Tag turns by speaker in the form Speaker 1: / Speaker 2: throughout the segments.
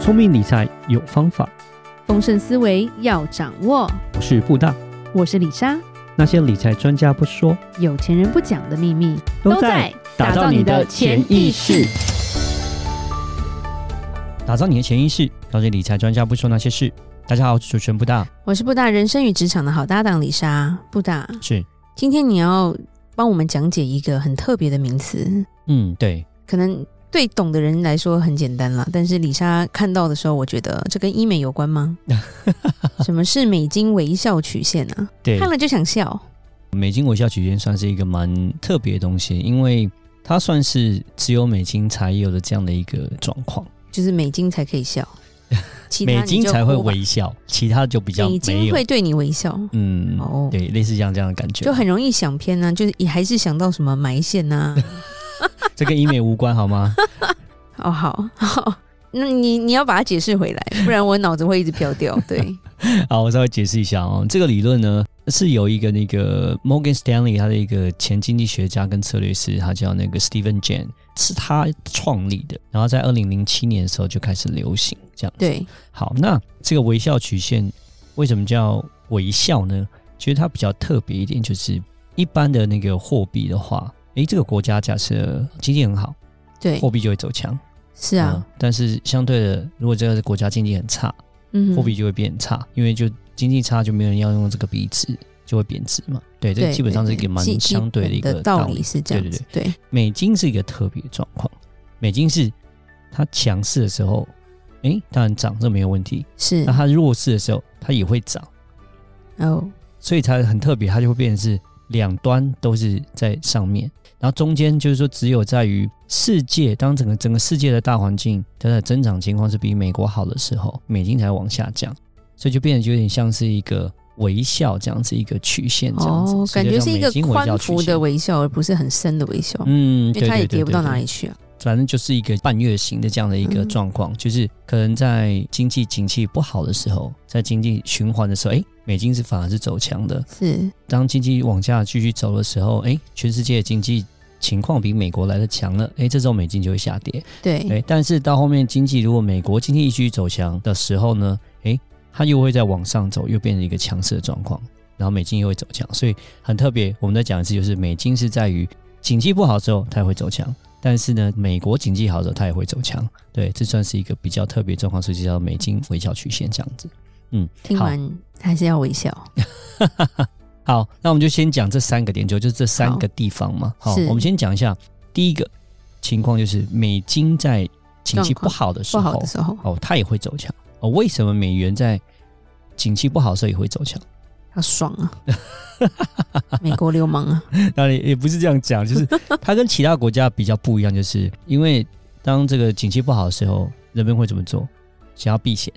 Speaker 1: 聪明理财有方法，
Speaker 2: 丰盛思维要掌握。
Speaker 1: 我是布大。
Speaker 2: 我是李莎，
Speaker 1: 那些理财专家不说，
Speaker 2: 有钱人不讲的秘密
Speaker 1: 打造你的潜意识。。打造你的潜意识，了解理财专家不说那些事。大家好，我是主持人布大，
Speaker 2: 我是布大人生与职场的好搭档李莎。布大，
Speaker 1: 是，
Speaker 2: 今天你要帮我们讲解一个很特别的名词，
Speaker 1: 嗯，对，
Speaker 2: 可能对懂的人来说很简单啦，但是李莎看到的时候，我觉得这跟医美有关 吗？什么是美金微笑曲线啊？
Speaker 1: 对
Speaker 2: 看，了就想笑。
Speaker 1: 美金微笑曲线算是一个蛮特别的东西，因为它算是只有美金才有的这样的一个状况，
Speaker 2: 就是美金才可以笑，其他
Speaker 1: 美
Speaker 2: 你
Speaker 1: 金
Speaker 2: 就
Speaker 1: 才会
Speaker 2: 哭吧
Speaker 1: 微笑，其他就比较
Speaker 2: 美
Speaker 1: 没
Speaker 2: 金
Speaker 1: 有
Speaker 2: 会。对你微笑，
Speaker 1: 嗯，
Speaker 2: 哦
Speaker 1: 对，类似这样这样的感觉，
Speaker 2: 就很容易想偏呢、就是也还是想到什么埋线啊 呐、
Speaker 1: 这跟医美无关好吗？
Speaker 2: 哦，好好，那你你要把它解释回来，不然我脑子会一直飘 掉。对，
Speaker 1: 好，我稍微解释一下哦。这个理论呢，是由一个那个 Morgan Stanley 他的一个前经济学家跟策略师，他叫那个 Steven Jan，是他创立的。然后在二零零七年的时候就开始流行这样。，
Speaker 2: 对，
Speaker 1: 好，那这个微笑曲线为什么叫微笑呢？其实它比较特别一点，就是一般的那个货币的话，诶，这个国家假设经济很好，
Speaker 2: 对，
Speaker 1: 货币就会走强。
Speaker 2: 是
Speaker 1: 对
Speaker 2: 啊，
Speaker 1: 但是相对的，如果这个国家经济很差，
Speaker 2: 嗯，
Speaker 1: 货币就会变差，因为就经济差就没有人要用这个币值，就会贬值嘛。对，这
Speaker 2: 对，
Speaker 1: 基本上是一
Speaker 2: 对
Speaker 1: 个
Speaker 2: 对
Speaker 1: 蛮
Speaker 2: 基
Speaker 1: 相对的一
Speaker 2: 基本
Speaker 1: 个
Speaker 2: 道
Speaker 1: 理
Speaker 2: 理。是这样
Speaker 1: 对对
Speaker 2: 子，对，
Speaker 1: 美金是一个特别的状况，美金是它强势的时候，诶，当然涨这没有问题；
Speaker 2: 是
Speaker 1: 那它弱势的时候，它也会涨，
Speaker 2: 哦，
Speaker 1: 所以它很特别，它就会变成是两端都是在上面，然后中间就是说只有在于世界当整个整个世界的大环境它的增长情况是比美国好的时候，美金才往下降，所以就变得有点像是一个微笑这样子一个曲线这样子，
Speaker 2: 哦，
Speaker 1: 所
Speaker 2: 感
Speaker 1: 以就
Speaker 2: 觉
Speaker 1: 叫
Speaker 2: 是一个
Speaker 1: 美金微笑
Speaker 2: 宽
Speaker 1: 曲
Speaker 2: 幅的
Speaker 1: 线，
Speaker 2: 微笑，而不是很深的微笑，
Speaker 1: 嗯，
Speaker 2: 因为它也跌不到哪
Speaker 1: 里。
Speaker 2: 里去啊。
Speaker 1: 反正就是一个半月形的这样的一个状况，就是可能在经济景气不好的时候，在经济循环的时候，哎，美金是反而是走强的，
Speaker 2: 是，
Speaker 1: 当经济往下继续走的时候，哎，全世界的经济情况比美国来的强了，哎，这时候美金就会下跌。
Speaker 2: 对，
Speaker 1: 哎，但是到后面经济如果美国经济继续走强的时候呢，哎，它又会再往上走，又变成一个强势的状况，然后美金又会走强，所以很特别。我们再讲一次，就是美金是在于景气不好的时候它也会走强，但是呢，美国经济好的时候它也会走强。对，这算是一个比较特别的状况，所以就叫美金微笑曲线这样子。
Speaker 2: 听
Speaker 1: 好
Speaker 2: 完还是要微笑。
Speaker 1: 好，那我们就先讲这三个点，就就是这三个地方嘛。
Speaker 2: 好
Speaker 1: 好，
Speaker 2: 是
Speaker 1: 我们先讲一下第一个情况，就是美金在景气不好的时
Speaker 2: 不
Speaker 1: 候，
Speaker 2: 好的时候，
Speaker 1: 哦，它也会走强。哦，为什么美元在景气不好的时候也会走强？
Speaker 2: 要爽啊！美国流 氓啊！
Speaker 1: 当然也不是这样讲，就是它跟其他国家比较不一样，就是因为当这个景气不好的时候，人们会怎么做？想要避险，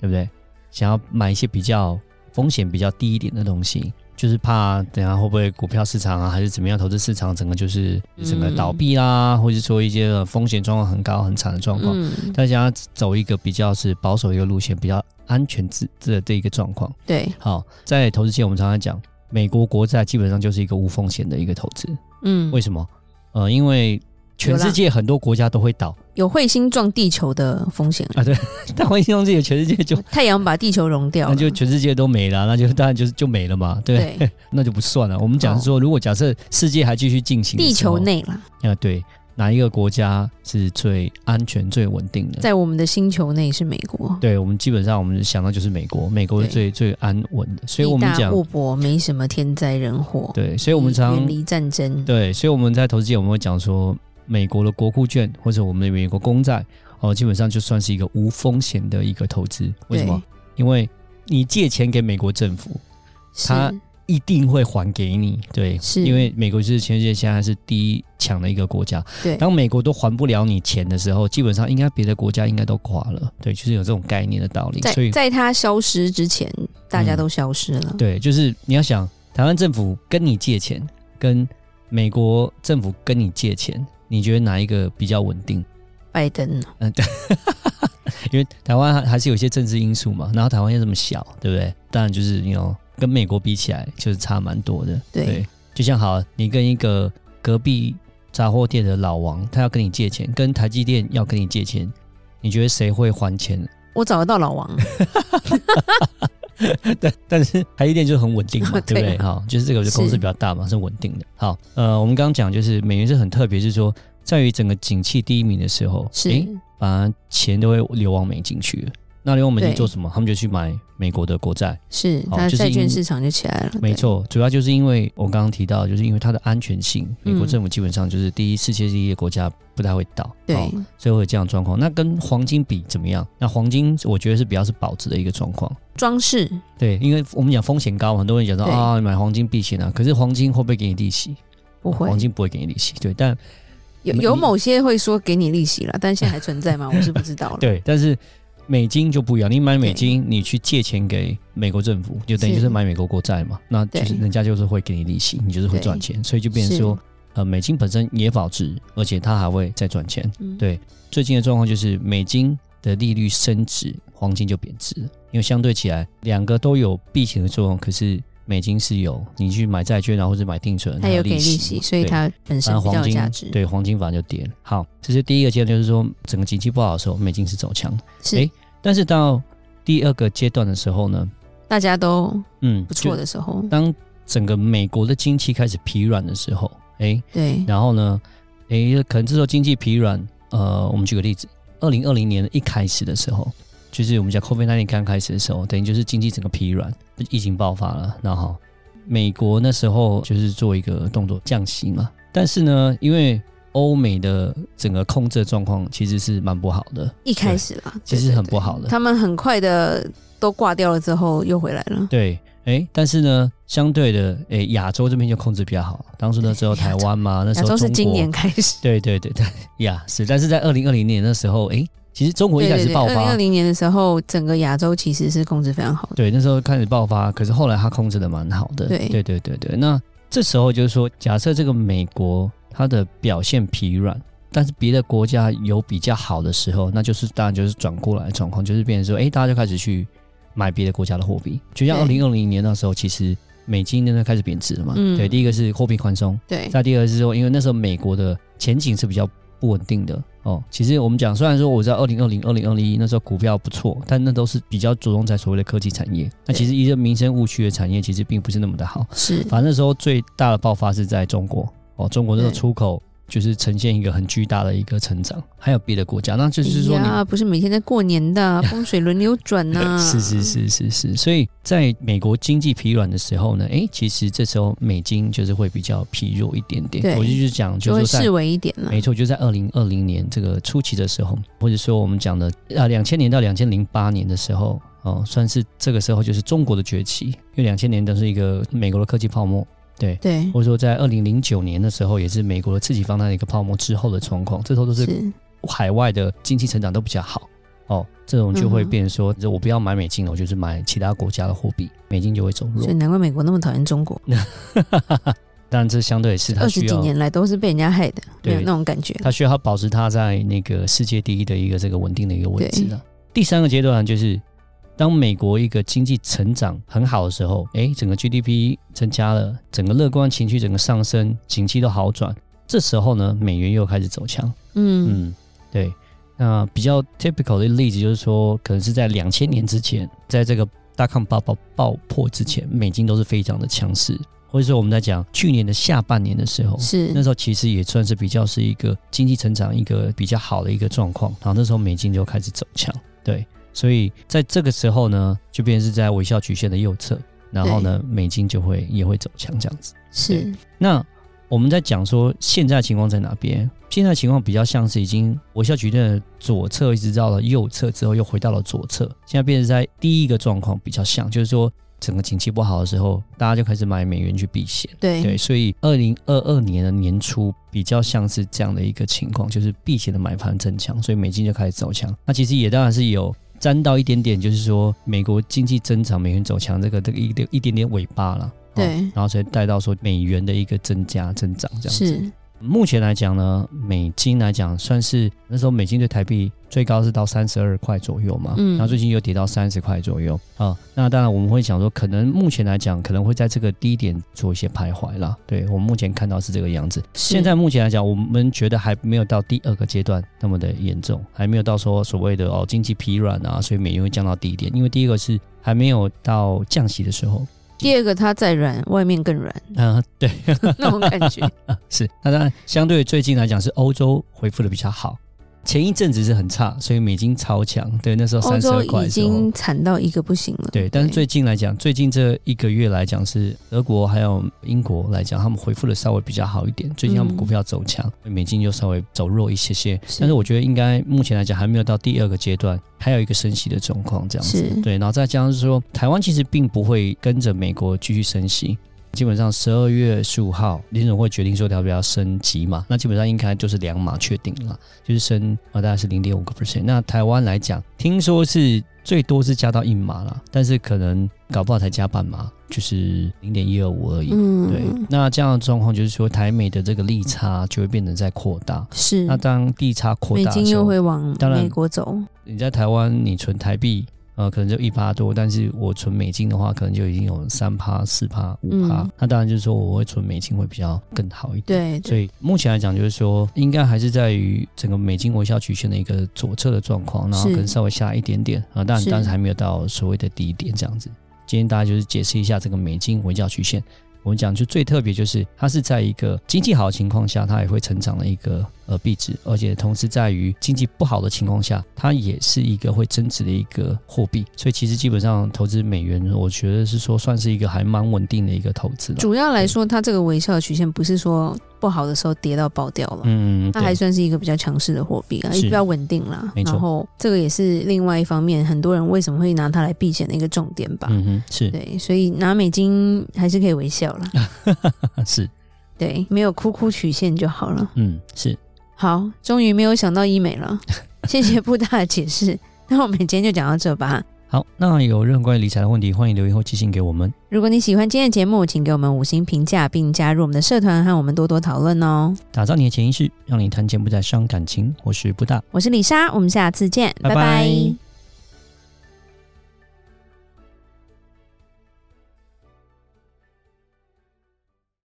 Speaker 1: 对不对？想要买一些比较风险比较低一点的东西，就是怕等下会不会股票市场啊，还是怎么样，投资市场整个就是整个倒闭啦、或者说一些风险状况很高很惨的状况。
Speaker 2: 嗯，
Speaker 1: 大家走一个比较是保守一个路线，比较安全自这这一个状况。
Speaker 2: 对，
Speaker 1: 好，在投资界我们常常讲，美国国债基本上就是一个无风险的一个投资。
Speaker 2: 嗯，
Speaker 1: 为什么？呃，因为全世界很多国家都会倒
Speaker 2: 有彗星撞地球的风险，
Speaker 1: 啊，对， 但环境中这个全世界就
Speaker 2: 太阳把地球融掉
Speaker 1: 那
Speaker 2: 了，
Speaker 1: 就全世界都没了，那就当然就是就没了嘛，对，
Speaker 2: 对
Speaker 1: 那就不算了。我们讲是说，如果假设世界还继续进行的
Speaker 2: 地
Speaker 1: 时候
Speaker 2: 球内啦，
Speaker 1: 啊，对，哪一个国家是最安全、最稳定的？
Speaker 2: 在我们的星球内是美国，
Speaker 1: 对我们基本上我们想到就是美国，美国是最最安稳的，所以我们
Speaker 2: 地大
Speaker 1: 讲
Speaker 2: 物博，没什么天灾人祸，
Speaker 1: 对，所以我们常
Speaker 2: 远离战争，
Speaker 1: 对，所以我们在投资界我们会讲说，美国的国库券或者我们的美国公债哦，基本上就算是一个无风险的一个投资。为什么？因为你借钱给美国政府，
Speaker 2: 是
Speaker 1: 它一定会还给你。对，
Speaker 2: 是
Speaker 1: 因为美国是全世界现在是第一强的一个国家。
Speaker 2: 对
Speaker 1: 当美国都还不了你钱的时候，基本上应该别的国家应该都垮了。对，就是有这种概念的道理。所以嗯
Speaker 2: 在在它消失之前，大家都消失了，
Speaker 1: 对，就是你要想，台湾政府跟你借钱，跟美国政府跟你借钱，你觉得哪一个比较稳定？
Speaker 2: 拜登
Speaker 1: 因为台湾还还是有一些政治因素嘛，然后台湾又这么小，对不对？当然就是你有跟美国比起来，就是差蛮多的。
Speaker 2: 对
Speaker 1: 就像好，你跟一个隔壁杂货店的老王，他要跟你借钱，跟台积电要跟你借钱，你觉得谁会还 钱？
Speaker 2: 我找得到老 王，
Speaker 1: 但但是台积电就很稳定嘛，对
Speaker 2: 对
Speaker 1: 不对？好，就是这个公司
Speaker 2: 是
Speaker 1: 比较大嘛，是稳定的。好，呃，我们刚刚讲就是美元是很特别，是说在于整个景气低迷的时候，
Speaker 2: 是、
Speaker 1: 诶反而钱都会流往美金去了。那流往美金
Speaker 2: 对
Speaker 1: 做什么？他们就去买美国的国债。
Speaker 2: 是，
Speaker 1: 好
Speaker 2: 他
Speaker 1: 就是
Speaker 2: 债券
Speaker 1: 因
Speaker 2: 市场就起来了，
Speaker 1: 没
Speaker 2: 对，
Speaker 1: 错，主要就是因为我刚刚提到，就是因为它的安全性，美国
Speaker 2: 嗯
Speaker 1: 政府基本上就是第一世界第一的国家不太会倒，
Speaker 2: 对，
Speaker 1: 哦所以会有这样的状况。那跟黄金比怎么样？那黄金我觉得是比较是保值的一个状况。
Speaker 2: 装饰
Speaker 1: 对，因为我们讲风险高嘛，很多人讲说
Speaker 2: 对
Speaker 1: 啊，买黄金避险啊，可是黄金会不会给你利息？
Speaker 2: 不会
Speaker 1: 黄金不会给你利息。对，但
Speaker 2: 有
Speaker 1: 哦你
Speaker 2: 有某些会说给你利息了，但现在还存 在吗？我是不知道了。
Speaker 1: 对，但是美金就不一样。你买美
Speaker 2: 对
Speaker 1: 金，你去借钱给美国政府，就等于就是是买美国国债嘛，那就是
Speaker 2: 对
Speaker 1: 人家就是会给你利息，你就是会
Speaker 2: 对
Speaker 1: 赚钱，所以就变成
Speaker 2: 是
Speaker 1: 说，呃，美金本身也保值，而且它还会再赚钱。
Speaker 2: 嗯
Speaker 1: 对最近的状况就是美金的利率升值，黄金就贬值了，因为相对起来两个都有避险的作用，可是美金是有你去买债券啊，或者买定存，
Speaker 2: 它有给利
Speaker 1: 利
Speaker 2: 息，
Speaker 1: 嘛
Speaker 2: 所以
Speaker 1: 对
Speaker 2: 它本身
Speaker 1: 反而
Speaker 2: 比较
Speaker 1: 黄
Speaker 2: 有
Speaker 1: 金
Speaker 2: 价值。，
Speaker 1: 对黄金反而就跌了。好，这是第一个阶段，就是说整个景气不好的时候，美金是走强的。
Speaker 2: 是
Speaker 1: 诶但是到第二个阶段的时候呢，
Speaker 2: 大家都
Speaker 1: 嗯，
Speaker 2: 不错
Speaker 1: 就
Speaker 2: 的时候，
Speaker 1: 当整个美国的经济开始疲软的时候，诶，
Speaker 2: 对，
Speaker 1: 然后呢，诶，可能这时候经济疲软，呃，我们举个例子，二零二零年一开始的时候，就是我们讲 COVID 1 9刚开始的时候，等于就是经济整个疲软，疫情爆发了，然后美国那时候就是做一个动作降息嘛，但是呢，因为欧美的整个控制的状况其实是蛮不好的，
Speaker 2: 一开始啦，
Speaker 1: 其
Speaker 2: 对
Speaker 1: 实
Speaker 2: 对
Speaker 1: 很
Speaker 2: 对
Speaker 1: 不好的。
Speaker 2: 他们很快的都挂掉了之后又回来了。
Speaker 1: 对，哎，但是呢，相对的，哎，亚洲这边就控制比较好。当初那时候
Speaker 2: 对亚
Speaker 1: 台
Speaker 2: 洲
Speaker 1: 湾嘛，那时
Speaker 2: 亚
Speaker 1: 候
Speaker 2: 洲是
Speaker 1: 中
Speaker 2: 今
Speaker 1: 国
Speaker 2: 年开始，
Speaker 1: 对对对对呀是，但是在二零二零年那时候，哎，其实中国一
Speaker 2: 对
Speaker 1: 开
Speaker 2: 对
Speaker 1: 始
Speaker 2: 对，
Speaker 1: 爆
Speaker 2: 二零
Speaker 1: 发
Speaker 2: 二，零年的时候，整个亚洲其实是控制非常好的。
Speaker 1: 对那时候开始爆发，可是后来它控制的蛮好的，
Speaker 2: 对
Speaker 1: 对对对对。那这时候就是说，假设这个美国它的表现疲软。但是别的国家有比较好的时候，那就是当然就是转过来的状况，就是变成说，哎、大家就开始去买别的国家的货币。就像二
Speaker 2: 对
Speaker 1: 零二零年那时候，其实美金真的开始贬值了嘛。
Speaker 2: 嗯
Speaker 1: 对，第一个是货币宽松，
Speaker 2: 对，
Speaker 1: 再第二是说，因为那时候美国的前景是比较不稳定的哦。其实我们讲，虽然说我知道二零二零、二零二零一那时候股票不错，但那都是比较着重在所谓的科技产业。那
Speaker 2: 对
Speaker 1: 其实一些民生误区的产业，其实并不是那么的好。
Speaker 2: 是，
Speaker 1: 反正那时候最大的爆发是在中国哦，中国那时候
Speaker 2: 对
Speaker 1: 出口就是呈现一个很巨大的一个成长，还有别的国家，那就是说
Speaker 2: 哎
Speaker 1: 你
Speaker 2: 呀，不是每天在过年的，风水轮流转 呐。
Speaker 1: 是是，是是是，所以在美国经济疲软的时候呢，诶，其实这时候美金就是会比较疲弱一点点。
Speaker 2: 对
Speaker 1: 我就是讲，就
Speaker 2: 就是会
Speaker 1: 说在
Speaker 2: 视为一点了
Speaker 1: 没。错，就在二零二零年这个初期的时候，或者说我们讲的呃两千年到两千零八年的时候，哦，算是这个时候就是中国的崛起，因为两千年都是一个美国的科技泡沫，对，
Speaker 2: 对，
Speaker 1: 或者说在二零零九年的时候，也是美国的刺激方案的一个泡沫之后的状况，这时候都是
Speaker 2: 是，
Speaker 1: 海外的经济成长都比较好。哦，这种就会变成说，我不要买美金了，我就是买其他国家的货币，美金就会走弱
Speaker 2: 所以。难怪美国那么讨厌中国，
Speaker 1: 但这相对也是它
Speaker 2: 二十
Speaker 1: 需
Speaker 2: 几
Speaker 1: 要
Speaker 2: 年来都是被人家害的，没有
Speaker 1: 对
Speaker 2: 那种感觉。
Speaker 1: 它需要它保持它在那个世界第一的一个这个稳定的一个位置啊。第三个阶段就是，当美国一个经济成长很好的时候，诶，整个 GDP 增加了，整个乐观情绪整个上升，景气都好转，这时候呢，美元又开始走强。
Speaker 2: 嗯，
Speaker 1: 嗯，对。那比较 typical 的例子就是说，可能是在两千年之前，在这个大康爆爆爆破之前，美金都是非常的强势，或者说我们在讲去年的下半年的时候，
Speaker 2: 是
Speaker 1: 那时候其实也算是比较是一个经济成长一个比较好的一个状况，然后那时候美金就开始走强，对，所以在这个时候呢，就变成是在微笑曲线的右侧，然后呢，美金就会也会走强这样子。
Speaker 2: 是，
Speaker 1: 那我们在讲说现在情况在哪边？现在情况比较像是已经微笑曲线的左侧一直到了右侧之后，又回到了左侧，现在变成在第一个状况比较像，就是说整个景气不好的时候，大家就开始买美元去避险。对，
Speaker 2: 对，
Speaker 1: 所以二零二二年的年初比较像是这样的一个情况，就是避险的买盘增强，所以美金就开始走强。那其实也当然是有沾到一点点，就是说美国经济增长、美元走强这个这个一点一点点尾巴啦。哦
Speaker 2: 对
Speaker 1: 然后所以带到说美元的一个增加增长这样子。
Speaker 2: 是，
Speaker 1: 目前来讲呢，美金来讲算是那时候美金对台币最高是到三十二块左右嘛，
Speaker 2: 嗯
Speaker 1: 然后最近又跌到三十块左右啊。那当然我们会想说，可能目前来讲可能会在这个低点做一些徘徊啦。对我们目前看到是这个样子。
Speaker 2: 是
Speaker 1: 现在目前来讲，我们觉得还没有到第二个阶段那么的严重，还没有到说所谓的哦经济疲软啊，所以美元会降到低点，因为第一个是还没有到降息的时候。
Speaker 2: 第二个它再软，外面 更软
Speaker 1: 嗯、对，
Speaker 2: 那种感觉。
Speaker 1: 是，那当然，相对最近来讲是欧洲恢复的比较好，前一阵子是很差，所以美金超强，对，那时候
Speaker 2: 欧
Speaker 1: 三十
Speaker 2: 洲
Speaker 1: 二块
Speaker 2: 已
Speaker 1: 的时候
Speaker 2: 经，惨到一个不行了。
Speaker 1: 对，但是最近来讲，最近这一个月来讲是德国还有英国来讲，他们恢复的稍微比较好一点，最近他们
Speaker 2: 嗯
Speaker 1: 股票走强，美金就稍微走弱一些些，
Speaker 2: 是
Speaker 1: 但是我觉得应该目前来讲还没有到第二个阶段，还有一个升息的状况这样子，
Speaker 2: 是
Speaker 1: 对，然后再加上是说，台湾其实并不会跟着美国继续升息。基本上十二月十五号，联总会决定说要不要升级嘛，那基本上应该就是两码确定了，就是升啊、呃大概是零点五个 percent。那台湾来讲，听说是最多是加到一码啦，但是可能搞不好才加半码，就是零点一二五而已。
Speaker 2: 嗯，
Speaker 1: 对，那这样的状况就是说，台美的这个利差就会变得在扩大。
Speaker 2: 是
Speaker 1: 那当利差扩
Speaker 2: 嗯美
Speaker 1: 大的
Speaker 2: 金
Speaker 1: 时
Speaker 2: 又
Speaker 1: 候，
Speaker 2: 会往
Speaker 1: 当然
Speaker 2: 美国走，
Speaker 1: 你在台湾你存台币，呃，可能就一趴多，但是我存美金的话，可能就已经有三趴、四趴、五趴
Speaker 2: 嗯。
Speaker 1: 那当然就是说，我会存美金会比较更好一点。
Speaker 2: 对，
Speaker 1: 所
Speaker 2: 对
Speaker 1: 以目前来讲，就是说，应该还是在于整个美金微笑曲线的一个左侧的状况，然后
Speaker 2: 是
Speaker 1: 可能稍微下一点点啊，当然
Speaker 2: 是
Speaker 1: 但是还没有到所谓的低点这样子。今天大家就是解释一下这个美金微笑曲线。我们讲就最特别就是它是在一个经济好的情况下，它也会成长的一个呃币值，而且同时在于经济不好的情况下，它也是一个会增值的一个货币。所以其实基本上投资美元，我觉得是说算是一个还蛮稳定的一个投资了。
Speaker 2: 主要来说，它这个微笑曲线不是说不好的时候跌到爆掉了。
Speaker 1: 嗯，
Speaker 2: 它
Speaker 1: 对
Speaker 2: 还算是一个比较强势的货币啊，
Speaker 1: 是
Speaker 2: 也比较稳定啦。
Speaker 1: 没错
Speaker 2: 然后这个也是另外一方面，很多人为什么会拿它来避险的一个重点吧。
Speaker 1: 嗯哼，是
Speaker 2: 对，所以拿美金还是可以微笑啦。
Speaker 1: 啊是，
Speaker 2: 对，没有哭哭曲线就好了。
Speaker 1: 嗯是。
Speaker 2: 好，终于没有想到医美了， 谢谢布大的解释。 那我们今天就讲到这吧。
Speaker 1: 好，那有任何关于理财的问题，欢迎留言或寄信给我们。
Speaker 2: 如果你喜欢今天的节目，请给我们五星评价，并加入我们的社团和我们多多讨论哦。
Speaker 1: 打造你的潜意识，让你谈钱不再伤感情。我是布大，
Speaker 2: 我是李莎，我们下次见，
Speaker 1: 拜拜
Speaker 2: 拜拜